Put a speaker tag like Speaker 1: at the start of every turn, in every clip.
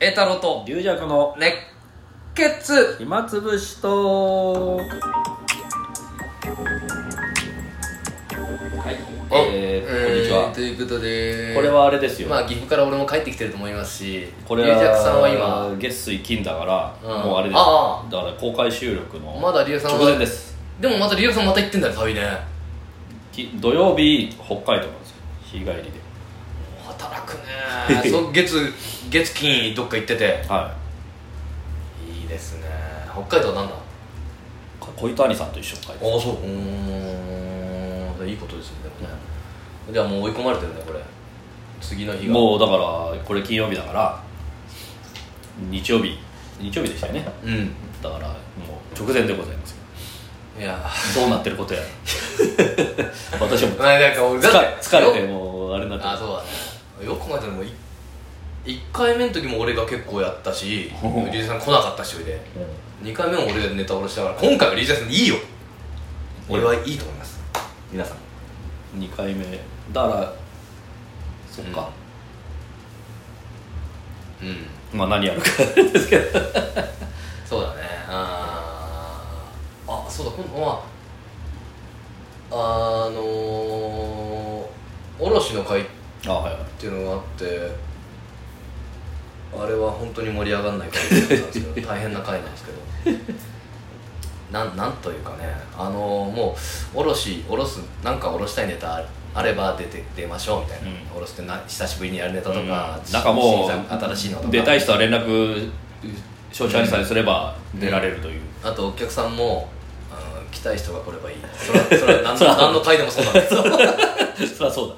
Speaker 1: 栄太郎と
Speaker 2: 龍尺の
Speaker 1: 熱血
Speaker 2: 暇つぶしとはい、
Speaker 3: お
Speaker 2: えー、こんにち
Speaker 3: えー
Speaker 2: は、
Speaker 3: ということで
Speaker 2: これはあれですよ、
Speaker 3: まあ岐阜から俺も帰ってきてると思いますし
Speaker 2: これ
Speaker 3: 龍尺さんは今
Speaker 2: 月水金だから、
Speaker 3: うん
Speaker 2: もうあれです
Speaker 3: あ
Speaker 2: だから公開収録の
Speaker 3: まだ龍さんは
Speaker 2: 直前です
Speaker 3: でもまた龍さんまた行ってんだよ旅ね
Speaker 2: き土曜日北海道なんですよ日帰りで
Speaker 3: 働くね そう月月金どっか行ってて
Speaker 2: はい
Speaker 3: いいですね北海道なんだあ
Speaker 2: こ小糸兄さんと一緒に帰って
Speaker 3: そううーんいいことですねでもねじゃあもう追い込まれてるねこれ次の日が
Speaker 2: もうだからこれ金曜日だから日曜日日曜日でしたよね
Speaker 3: ううん
Speaker 2: だからもう直前でございますよ
Speaker 3: いや
Speaker 2: どうなってること やら私はもう
Speaker 3: まあなんか俺
Speaker 2: 疲れ疲れて
Speaker 3: よ
Speaker 2: もうあれになって
Speaker 3: あ
Speaker 2: る
Speaker 3: そうだねよく考えたらもう1回目の時も俺が結構やったし龍さん来なかったしそれで2回目も俺がネタ下ろしたから今回はリージャーさんいいよ俺はいいと思います皆さん
Speaker 2: うん、2回目だからそっか、
Speaker 3: うん
Speaker 2: まあ何やるかですけど
Speaker 3: そうだねあーあそうだ今度はあのー、卸の会っ
Speaker 2: あはいはい
Speaker 3: ていうのがあってあれは本当に盛り上がらない会だったんですけど大変な会なんですけど なんなんというかねあのーもう卸卸すなんか卸したいネタあれば出て出ましょうみたいな、
Speaker 2: うん
Speaker 3: 卸してな久しぶりにやるネタとか、
Speaker 2: うん
Speaker 3: 新
Speaker 2: なんかも
Speaker 3: 作新しいのと
Speaker 2: う
Speaker 3: か
Speaker 2: 出たい人は連絡招致兄さんにすれば出られるという、
Speaker 3: あとお客さんもあの来たい人が来ればいいそれはそれは 何の何の回でもそうなんですよ
Speaker 2: そりゃそ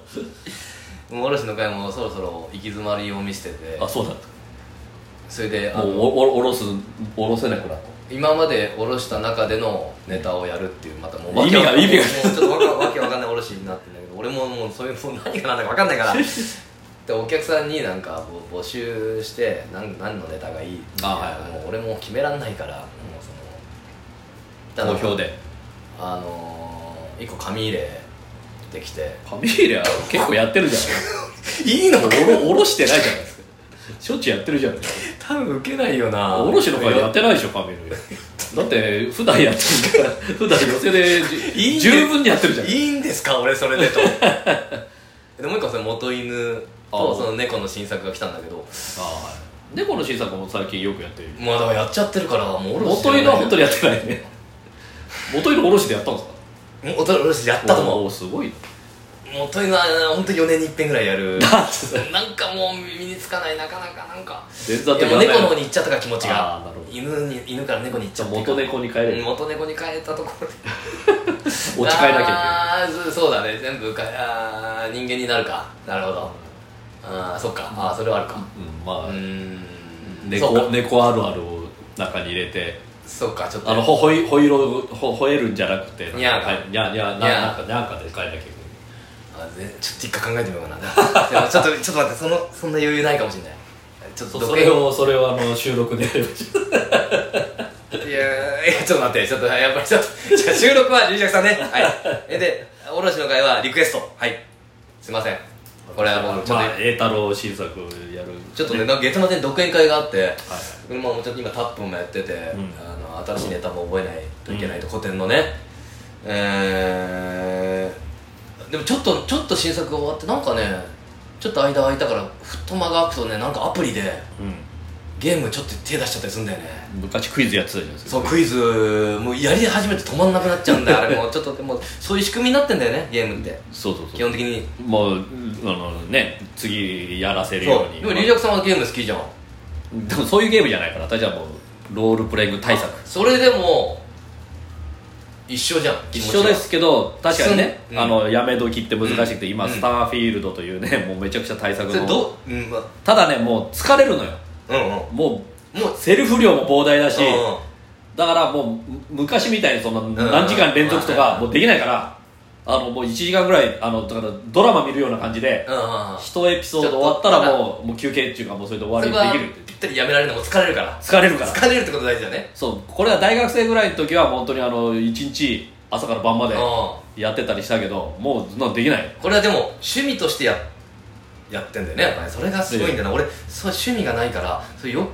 Speaker 2: う
Speaker 3: もう卸の会もそろそろ行き詰まりを見せてて
Speaker 2: だあそうだ
Speaker 3: それであ
Speaker 2: もう
Speaker 3: の
Speaker 2: おおおろすおろせなくなった
Speaker 3: 今まで卸した中でのネタをやるっていうまたもう
Speaker 2: 意味が
Speaker 3: わけわ
Speaker 2: 意味が
Speaker 3: もうちょっとわけわけわかんない卸になってんだけど俺ももうそういうもう何が何だかわかんないから でお客さんになんかぼ募集して何何のネタがいいっていう
Speaker 2: あはいは
Speaker 3: も
Speaker 2: い
Speaker 3: う俺も決めらんないからもうそのただ
Speaker 2: 好評で
Speaker 3: あのー、一個紙入れできて
Speaker 2: 紙入れは結構やってるじゃ
Speaker 3: いいの
Speaker 2: ない おろおろしてないじゃないですかしょっちゅうやってるじゃないです
Speaker 3: 多分受けないよな
Speaker 2: かおろしの会やってないでしょ紙入れだって普段やってるから 普段寄せで
Speaker 3: いい
Speaker 2: じ
Speaker 3: ね
Speaker 2: 十分にやってるじゃない
Speaker 3: いいんですか俺それで とでもう一個その元犬
Speaker 2: あ
Speaker 3: とその猫の新作が来たんだけど
Speaker 2: あはい猫の新作も最近よくやってる
Speaker 3: まあだからやっちゃってるからもうおろし
Speaker 2: 元井のは本当にやってないね元井のおろしでやったんですか
Speaker 3: におろしやったと思
Speaker 2: お
Speaker 3: う
Speaker 2: ーすごいな
Speaker 3: 元犬は本当に4年に一遍ぐらいやる
Speaker 2: だってさ
Speaker 3: なんかもう身につかないなかなかなんか
Speaker 2: 全然やって
Speaker 3: いやもう
Speaker 2: やら
Speaker 3: 猫の
Speaker 2: ない
Speaker 3: 方に行っちゃったから気持ち
Speaker 2: あー
Speaker 3: が
Speaker 2: なるほど
Speaker 3: 犬に犬から猫に行っち
Speaker 2: じ
Speaker 3: ゃ
Speaker 2: ゃあ
Speaker 3: ってる
Speaker 2: 元猫に帰れる
Speaker 3: 元猫に変えたところで
Speaker 2: 落ち替えなきゃいけない
Speaker 3: あーそうそうだね全部かあー人間になるかなるほどああそっかああそれはあるか
Speaker 2: うんま
Speaker 3: うー
Speaker 2: あ
Speaker 3: んそ
Speaker 2: 猫
Speaker 3: うか
Speaker 2: 猫あるあるを中に入れて
Speaker 3: そうかちょっと
Speaker 2: あのほほいほいろほ吠えるんじゃなくて
Speaker 3: にゃーが
Speaker 2: はいにゃーにゃーな
Speaker 3: にゃー
Speaker 2: なんかなんかで変えなきゃいけない
Speaker 3: あぜちょっと一回考えてみようかなでもちょっとちょっと待ってそのそんな余裕ないかもしれないちょっ
Speaker 2: そ
Speaker 3: と
Speaker 2: そ
Speaker 3: ど
Speaker 2: れ
Speaker 3: けを
Speaker 2: をそれをあの収録で
Speaker 3: いやいやちょっと待ってちょっとやっぱりちょっとじゃあ収録は龍尺さんねはいえで卸の会はリクエストはいすいませんこれはもうちょっ
Speaker 2: ま
Speaker 3: と、
Speaker 2: あ栄太郎新作をやる
Speaker 3: ちょっとね、なんか月末に独演会があって、
Speaker 2: はい
Speaker 3: まあ、もうちょっと今タップもやってて、
Speaker 2: ん
Speaker 3: あの新しいネタも覚えないといけないと、古典のね、えー、でもちょっとちょっと新作が終わってなんかねちょっと間空いたからふっと間が空くとねなんかアプリで
Speaker 2: うん
Speaker 3: ゲームちょっと手出しちゃったりするんだよね
Speaker 2: 昔クイズやってたじゃないですか
Speaker 3: そうクイズもうやり始めて止まんなくなっちゃうんだよあれ もうちょっとでもそういう仕組みになってんだよねゲームって
Speaker 2: そうそうそう
Speaker 3: 基本的に
Speaker 2: もうあのね次やらせる
Speaker 3: そ
Speaker 2: よう
Speaker 3: う
Speaker 2: に
Speaker 3: でも龍尺さんはゲーム好きじゃん
Speaker 2: でもそういうゲームじゃないから私はもうロールプレイング対策
Speaker 3: それでも一緒じゃん
Speaker 2: 一緒ですけど確かにね、
Speaker 3: うん
Speaker 2: あのやめ時って難しくて、今
Speaker 3: うん
Speaker 2: スターフィールドというねもうめちゃくちゃ対策
Speaker 3: それ
Speaker 2: の
Speaker 3: どううんま
Speaker 2: ただねもう疲れるのよ
Speaker 3: うんうん
Speaker 2: も
Speaker 3: もう
Speaker 2: うセルフ量も膨大だし、
Speaker 3: うんうん
Speaker 2: だからもうむ昔みたいにその何時間連続と
Speaker 3: う
Speaker 2: か
Speaker 3: ん
Speaker 2: もうできないから、あのもう1時間ぐらいあのだからドラマ見るような感じで、
Speaker 3: うんうんうん
Speaker 2: 一エピソード終わったらもうもう休憩っていうかもうそれで
Speaker 3: そ
Speaker 2: 終
Speaker 3: れ
Speaker 2: わ
Speaker 3: は
Speaker 2: りにできるっ
Speaker 3: ぴ
Speaker 2: て
Speaker 3: ったりやめられるのも疲れるから
Speaker 2: 疲れるから
Speaker 3: 疲れるってこと大事だね
Speaker 2: そうこれは大学生ぐらいの時は本当にあの一日朝から晩ま
Speaker 3: う
Speaker 2: で
Speaker 3: ん
Speaker 2: やってたりしたけどもうそんなのできない
Speaker 3: これはでも趣味としてやっやってんだよねやっぱりそれがすごいんだよな、俺そう趣味がないからそれよ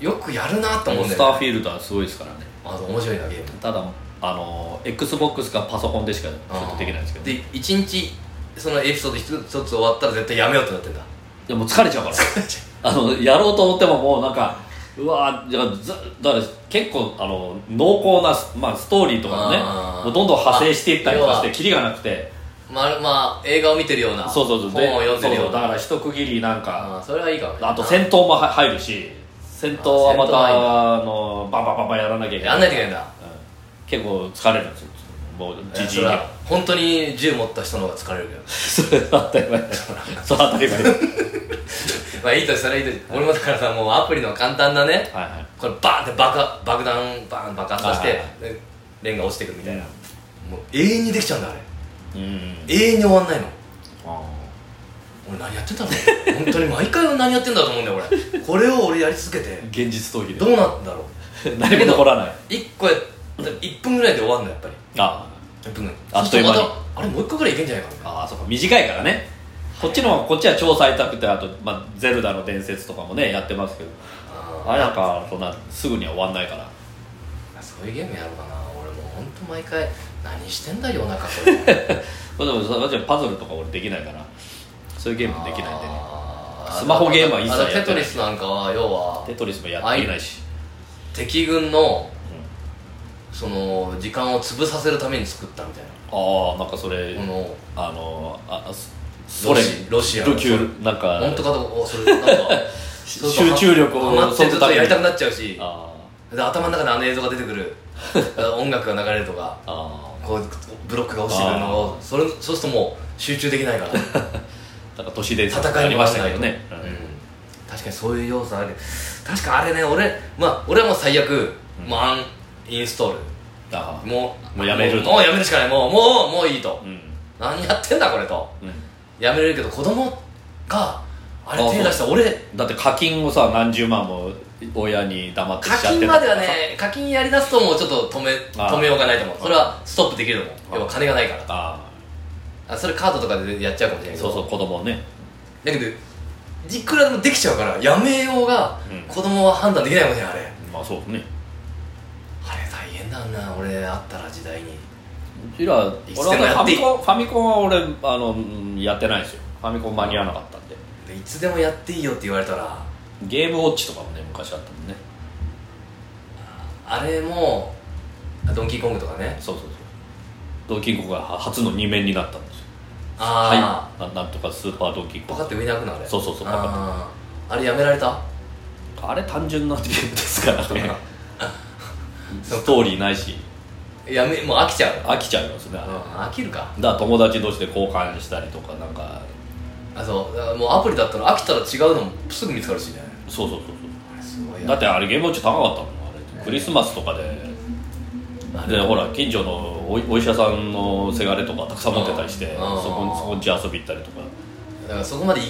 Speaker 3: よくやるなと思うんだ
Speaker 2: スター
Speaker 3: よ、
Speaker 2: フ
Speaker 3: ね、
Speaker 2: ィールドはすごいですからね
Speaker 3: あの面白いなゲーム
Speaker 2: ただあの XBOX かパソコンでしかちょっとできないんですけど、
Speaker 3: で1日そのエピソード1つ終わったら絶対やめようってなってんだ
Speaker 2: でも疲れちゃうからあのやろうと思ってももうなんかうわーじゃあずだから結構あの濃厚な、まあ、ストーリーとかもね
Speaker 3: あー
Speaker 2: もうどんどん派生していったりとか
Speaker 3: あ
Speaker 2: し
Speaker 3: 要
Speaker 2: て
Speaker 3: は
Speaker 2: キリがなくて
Speaker 3: まあ、まあ、映画を見てるような
Speaker 2: そうそうそうで
Speaker 3: 本を読んでる
Speaker 2: そ
Speaker 3: よ
Speaker 2: うそううだ
Speaker 3: な
Speaker 2: から一区切りなんか
Speaker 3: あーそれはいいかもね
Speaker 2: あと戦闘もは入るし戦闘はま
Speaker 3: あー戦闘入
Speaker 2: たあのバンバンバンバンやらなきゃいけない
Speaker 3: やんないといけないんだ
Speaker 2: うん結構疲れるんですよもうじじ
Speaker 3: そ
Speaker 2: い
Speaker 3: れ
Speaker 2: に
Speaker 3: は本当に銃持った人の方が疲れるけど
Speaker 2: それは当たり前だよそれは当たり前だよ
Speaker 3: まあいいとしたらいいとして俺もだからさもうアプリの簡単なね
Speaker 2: はいはい
Speaker 3: これバーンって爆破爆弾バーン爆発させ
Speaker 2: はい
Speaker 3: て
Speaker 2: はい
Speaker 3: でレンガ落ちてくるみたいなもう永遠にできちゃうんだあれ
Speaker 2: うん
Speaker 3: 永遠に終わんないの
Speaker 2: あ
Speaker 3: 俺何やってんだろう 本当に毎回何やってんだと思うんだよ俺これを俺やり続けて
Speaker 2: ー現実逃避
Speaker 3: ど うなるんだろう
Speaker 2: で何も残らない
Speaker 3: 1個や1分ぐらいで終わるのやっぱり
Speaker 2: あ
Speaker 3: 1分ぐらい
Speaker 2: あっという間に
Speaker 3: そしたらまたあれもう1個ぐらいいけんじゃないかな
Speaker 2: ああそうか短いからねこっちのこっちは超最たくてあと、まあ、ゼルダの伝説とかもねやってますけどあれなんかそんなすぐには終わんないから
Speaker 3: そういうゲームやろうかな俺もう本当毎回何してんだ夜中これ
Speaker 2: まあでもそじゃあパズルとか俺できないからそういうゲームできないんでね
Speaker 3: あ
Speaker 2: スマホゲームは一切やってない
Speaker 3: あテトリスなんかは要は
Speaker 2: テトリスもやっていないし、
Speaker 3: 敵軍の
Speaker 2: うん
Speaker 3: その時間を潰させるために作ったみたいな
Speaker 2: ああなんかそれ、
Speaker 3: この
Speaker 2: あのああそソ
Speaker 3: ロ
Speaker 2: 連
Speaker 3: シロシアの
Speaker 2: ルキュールなんか
Speaker 3: 本当かとおそれなんか
Speaker 2: 集中力を
Speaker 3: 余ってず
Speaker 2: 削ぐ
Speaker 3: っと
Speaker 2: ために
Speaker 3: やりたくなっちゃうし
Speaker 2: あ
Speaker 3: で頭の中であの映像が出てく る音楽が流れるとか
Speaker 2: ーあ
Speaker 3: こうブロックが落ちてくるのをそれそうするともう集中できないから
Speaker 2: ーなんか都市伝説
Speaker 3: 戦
Speaker 2: あ
Speaker 3: い
Speaker 2: り
Speaker 3: に
Speaker 2: ま
Speaker 3: ま
Speaker 2: し
Speaker 3: したた
Speaker 2: け
Speaker 3: け
Speaker 2: ど
Speaker 3: ど
Speaker 2: ね
Speaker 3: ね、、確かにそういう要素ある確かあれね俺まあ俺はもう最悪もうアンインストール
Speaker 2: あー
Speaker 3: もう
Speaker 2: もうやめると
Speaker 3: もうやめるしかないもうもうもういいと、
Speaker 2: うん
Speaker 3: 何やってんだこれと
Speaker 2: うん
Speaker 3: やめれるけど子供があ
Speaker 2: あ
Speaker 3: れ手出したら俺
Speaker 2: だって課金をさ何十万も親に黙って
Speaker 3: 課
Speaker 2: しちゃって
Speaker 3: 金
Speaker 2: た
Speaker 3: まではね課金やりだすともうちょっと止め
Speaker 2: あー
Speaker 3: 止めようがないと思うそれはストップできると思う
Speaker 2: あ
Speaker 3: 要は金がないから
Speaker 2: あ
Speaker 3: あそれカードとかでやっちゃうかもしれな
Speaker 2: あ
Speaker 3: いけ
Speaker 2: そ
Speaker 3: ど
Speaker 2: うそう子供をね
Speaker 3: だけどいくらでもできちゃうからやめようが
Speaker 2: うん
Speaker 3: 子供は判断できないもんねあれあれ
Speaker 2: まあそうね
Speaker 3: 大変だな俺あったら時代に
Speaker 2: うちら
Speaker 3: いつでも
Speaker 2: 俺
Speaker 3: や
Speaker 2: は
Speaker 3: って
Speaker 2: ね
Speaker 3: いい
Speaker 2: ファミコンファミコンは俺あのうんやってないですよファミコン間に合わなかったんで
Speaker 3: でいつでもやっていいよって言われたら
Speaker 2: ゲームウォッチとかもね昔あったもんね
Speaker 3: あれもあドンキーコングとかね
Speaker 2: そうそうそうドンキーコングが初の2面になったんですよ
Speaker 3: あ
Speaker 2: はいななんとかスーパードンキ
Speaker 3: あ
Speaker 2: ーコ
Speaker 3: パ
Speaker 2: ン
Speaker 3: カ
Speaker 2: グ
Speaker 3: って上に開くのあれ
Speaker 2: そうそうそうパカッて
Speaker 3: あーあれやめられた
Speaker 2: あれ単純なゲームですから ね
Speaker 3: そう
Speaker 2: ストーリーないし
Speaker 3: やめもう飽きちゃう
Speaker 2: 飽きちゃいますね、
Speaker 3: うん飽きるか
Speaker 2: だから友達同士で交換したりとかなんか
Speaker 3: あそうだからもうアプリだったら飽きたら違うのもすぐ見つかるしね
Speaker 2: そうそうそう
Speaker 3: あれすごい
Speaker 2: そう
Speaker 3: よ
Speaker 2: だってあれゲームウォッチ高かったもんあれクリスマスとかで
Speaker 3: あれ
Speaker 2: でほら近所のおお医者さんのせがれとかたくさん持ってたりしてそ
Speaker 3: うんうん
Speaker 2: こそこんち遊び行ったりとか、
Speaker 3: だからそこまでい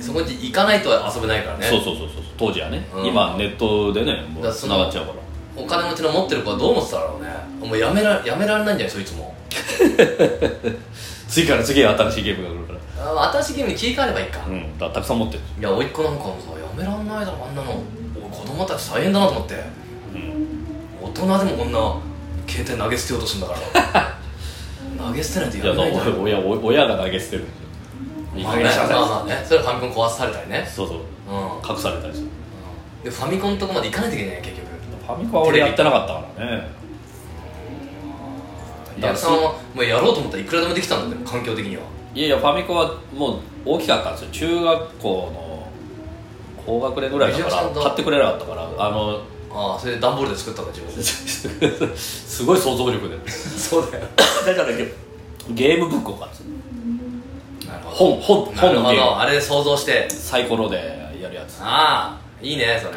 Speaker 3: そこに行かないと遊べないからね
Speaker 2: そうそうそうそう当時はね、
Speaker 3: うん
Speaker 2: 今ネットでね
Speaker 3: だ
Speaker 2: もう
Speaker 3: からそ
Speaker 2: つ
Speaker 3: の
Speaker 2: ながっちゃうから
Speaker 3: お金持ちの持ってる子はどう思ってたろうねもうやめらやめられないんじゃないそいつも
Speaker 2: 次から次へ新しいゲームが来るから
Speaker 3: あ新しいゲームに切り替えればいいか、
Speaker 2: うんだからたくさん持ってる
Speaker 3: いや甥っ子なんかもさやめらんないだろあんなの俺子供たち大変だなと思って大人でもこんな携帯投げ捨てようとするんだから 投げ捨てないと
Speaker 2: い
Speaker 3: や
Speaker 2: や
Speaker 3: めないん
Speaker 2: だ
Speaker 3: だ
Speaker 2: から
Speaker 3: よ
Speaker 2: 親親親が投げ捨てるんですよいい
Speaker 3: まあ
Speaker 2: 加
Speaker 3: ね
Speaker 2: 減にしな
Speaker 3: まあ
Speaker 2: さ
Speaker 3: まあねそれファミコン壊されたり
Speaker 2: い
Speaker 3: ね
Speaker 2: そうそ
Speaker 3: う
Speaker 2: う
Speaker 3: ん
Speaker 2: 隠されたりする
Speaker 3: でファミコンのとこまで行かないといけない結局
Speaker 2: ファミコンは俺やってなかったからねいや
Speaker 3: たくさんはもうやろうと思ったらいくらでもできたんだけど環境的にはい
Speaker 2: やいやファミコンはもう大きかったんですよ中学校の高学年ぐらいだか
Speaker 3: 藤原さん
Speaker 2: ら
Speaker 3: と
Speaker 2: 買ってくれなかったからあの
Speaker 3: ああそれで段ボールで作ったんだ自分で
Speaker 2: すごい想像力で
Speaker 3: そうだよ
Speaker 2: だからゲゲームブックを買って
Speaker 3: なるほ
Speaker 2: 本本
Speaker 3: どな
Speaker 2: 本
Speaker 3: る
Speaker 2: の
Speaker 3: ほ
Speaker 2: ゲー
Speaker 3: ど
Speaker 2: ム
Speaker 3: あれ想像して
Speaker 2: サイコロでやるやつ
Speaker 3: ああいいねそれ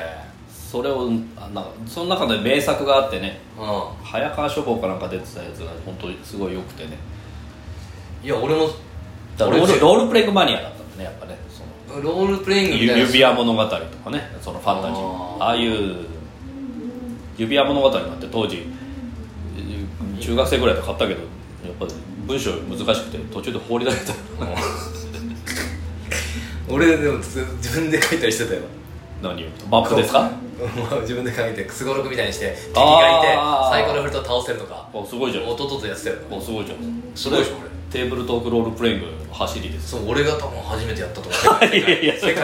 Speaker 2: それをあなんかその中で名作があってね
Speaker 3: うん
Speaker 2: 早川書房かなんか出てたやつが本当にすごい良くてね
Speaker 3: いや俺も
Speaker 2: だからロールロールプレイングマニアだったんだねやっぱねその
Speaker 3: ロールプレイングみたいな
Speaker 2: 指輪物語とかねそのファンタ
Speaker 3: あ
Speaker 2: ジー
Speaker 3: ー
Speaker 2: ああいう指輪物語なんて当時中学生ぐらいで 買ったけどやっぱり文章難しくて途中で放り出れた
Speaker 3: うん俺でもつ自分で書いたりしてたよ
Speaker 2: 何をマップですか
Speaker 3: こう 自分で書いてすごろくみたいにして敵
Speaker 2: あ
Speaker 3: が
Speaker 2: ー
Speaker 3: いてサイコロ振ると倒せるとか
Speaker 2: あすごいじゃん
Speaker 3: 弟とやってたよ
Speaker 2: あすごいじゃん
Speaker 3: すごいでしょこれ
Speaker 2: テーブルトークロールプレイングの走りです
Speaker 3: そう俺が多分初めてやったと 思う世界で
Speaker 2: いやいやテ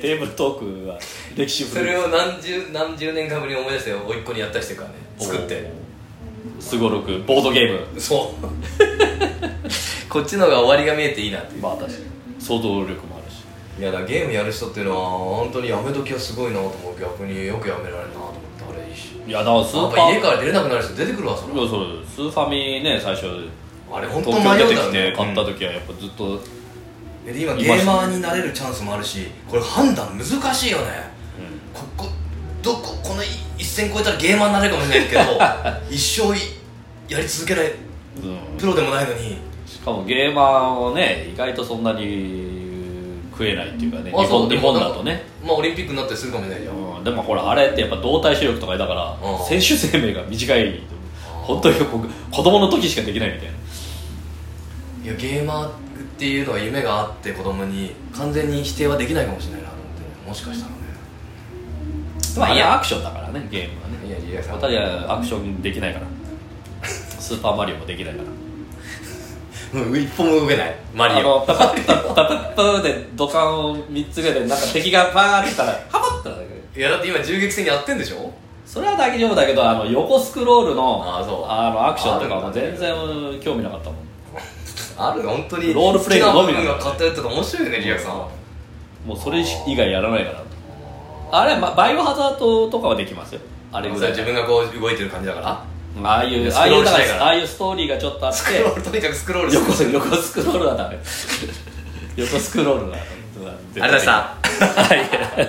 Speaker 2: ーブルトークは歴史
Speaker 3: そ
Speaker 2: 古い
Speaker 3: れを何十何十年かぶりに思い出して甥っ子にやったりしてるからね作って
Speaker 2: おーすごろくボードゲーム
Speaker 3: そう こっちの方が終わりが見えていいなっていう
Speaker 2: まあ確かに想像力もあるし
Speaker 3: いやだからゲームやる人っていうのは本当にやめときはすごいなと思う逆によくやめられるなと思ってあれいいし
Speaker 2: いやだからス
Speaker 3: や
Speaker 2: ー
Speaker 3: っ
Speaker 2: パ
Speaker 3: ぱ
Speaker 2: ー
Speaker 3: 家から出れなくなる人出てくるわそれ
Speaker 2: いやそうスーファミね最初
Speaker 3: あれ本当迷
Speaker 2: 東
Speaker 3: うんだよ
Speaker 2: 京出
Speaker 3: ね
Speaker 2: てきて買った時はやっぱずっと
Speaker 3: で今ゲーマーになれるチャンスもあるしこれ判断難しいよね、ここどここの一線超えたらゲーマーになれるかもしれないけど 一生いやり続けない
Speaker 2: うん
Speaker 3: プロでもないのに
Speaker 2: しかもゲーマーをね意外とそんなに食えないっていうかね
Speaker 3: あ
Speaker 2: 日
Speaker 3: そう
Speaker 2: 本日本だとね、
Speaker 3: まあ、オリンピックになったりするかもしれないじゃん
Speaker 2: うん、でもほらあれってやっぱ動体視力とかだから
Speaker 3: うん
Speaker 2: 選手生命が短い本当に僕子供の時しかできないみたいない
Speaker 3: やゲーマーっていうのは夢があって子供に完全に否定はできないかもしれないなと思ってもしかしたらね
Speaker 2: まあいやアクションだからねゲームはね
Speaker 3: いやいや
Speaker 2: 私はアクションできないからスーパーマリオもできないから
Speaker 3: もう一歩も動けないマ
Speaker 2: あ
Speaker 3: リ
Speaker 2: の
Speaker 3: オ
Speaker 2: パパッパパッパッでドカンを3つぐらいでなんか敵がパーってきたらハパッてなるだけ
Speaker 3: いやだって今銃撃戦やってんでしょ
Speaker 2: それは大丈夫だけどあの横スクロールの
Speaker 3: あそう
Speaker 2: あのアクションとか
Speaker 3: あ
Speaker 2: も
Speaker 3: るんだね
Speaker 2: 全然興味なかったもん
Speaker 3: ある本当に
Speaker 2: ロールプレイ
Speaker 3: 好き
Speaker 2: の
Speaker 3: な
Speaker 2: の
Speaker 3: 部
Speaker 2: みなん
Speaker 3: 分が
Speaker 2: だ
Speaker 3: 勝手とか面白いよねリアクさん
Speaker 2: もうそれ以外やらないからあれ、ま、バイオハザードとかはできますよあ
Speaker 3: あ
Speaker 2: れ
Speaker 3: れ
Speaker 2: ぐ
Speaker 3: ぐ
Speaker 2: ら
Speaker 3: ら
Speaker 2: い
Speaker 3: い自分がこう動いてる感じだから
Speaker 2: ああいう
Speaker 3: ス
Speaker 2: ああ
Speaker 3: ク
Speaker 2: い
Speaker 3: ロー
Speaker 2: う
Speaker 3: ルしな
Speaker 2: だか
Speaker 3: いから
Speaker 2: らああいうストーリーがちょっとあって
Speaker 3: スクロールとにかくスクロール
Speaker 2: 横
Speaker 3: す
Speaker 2: ス
Speaker 3: る
Speaker 2: 横スクロールはダメ横スクロールは
Speaker 3: ありがとうございました
Speaker 2: はい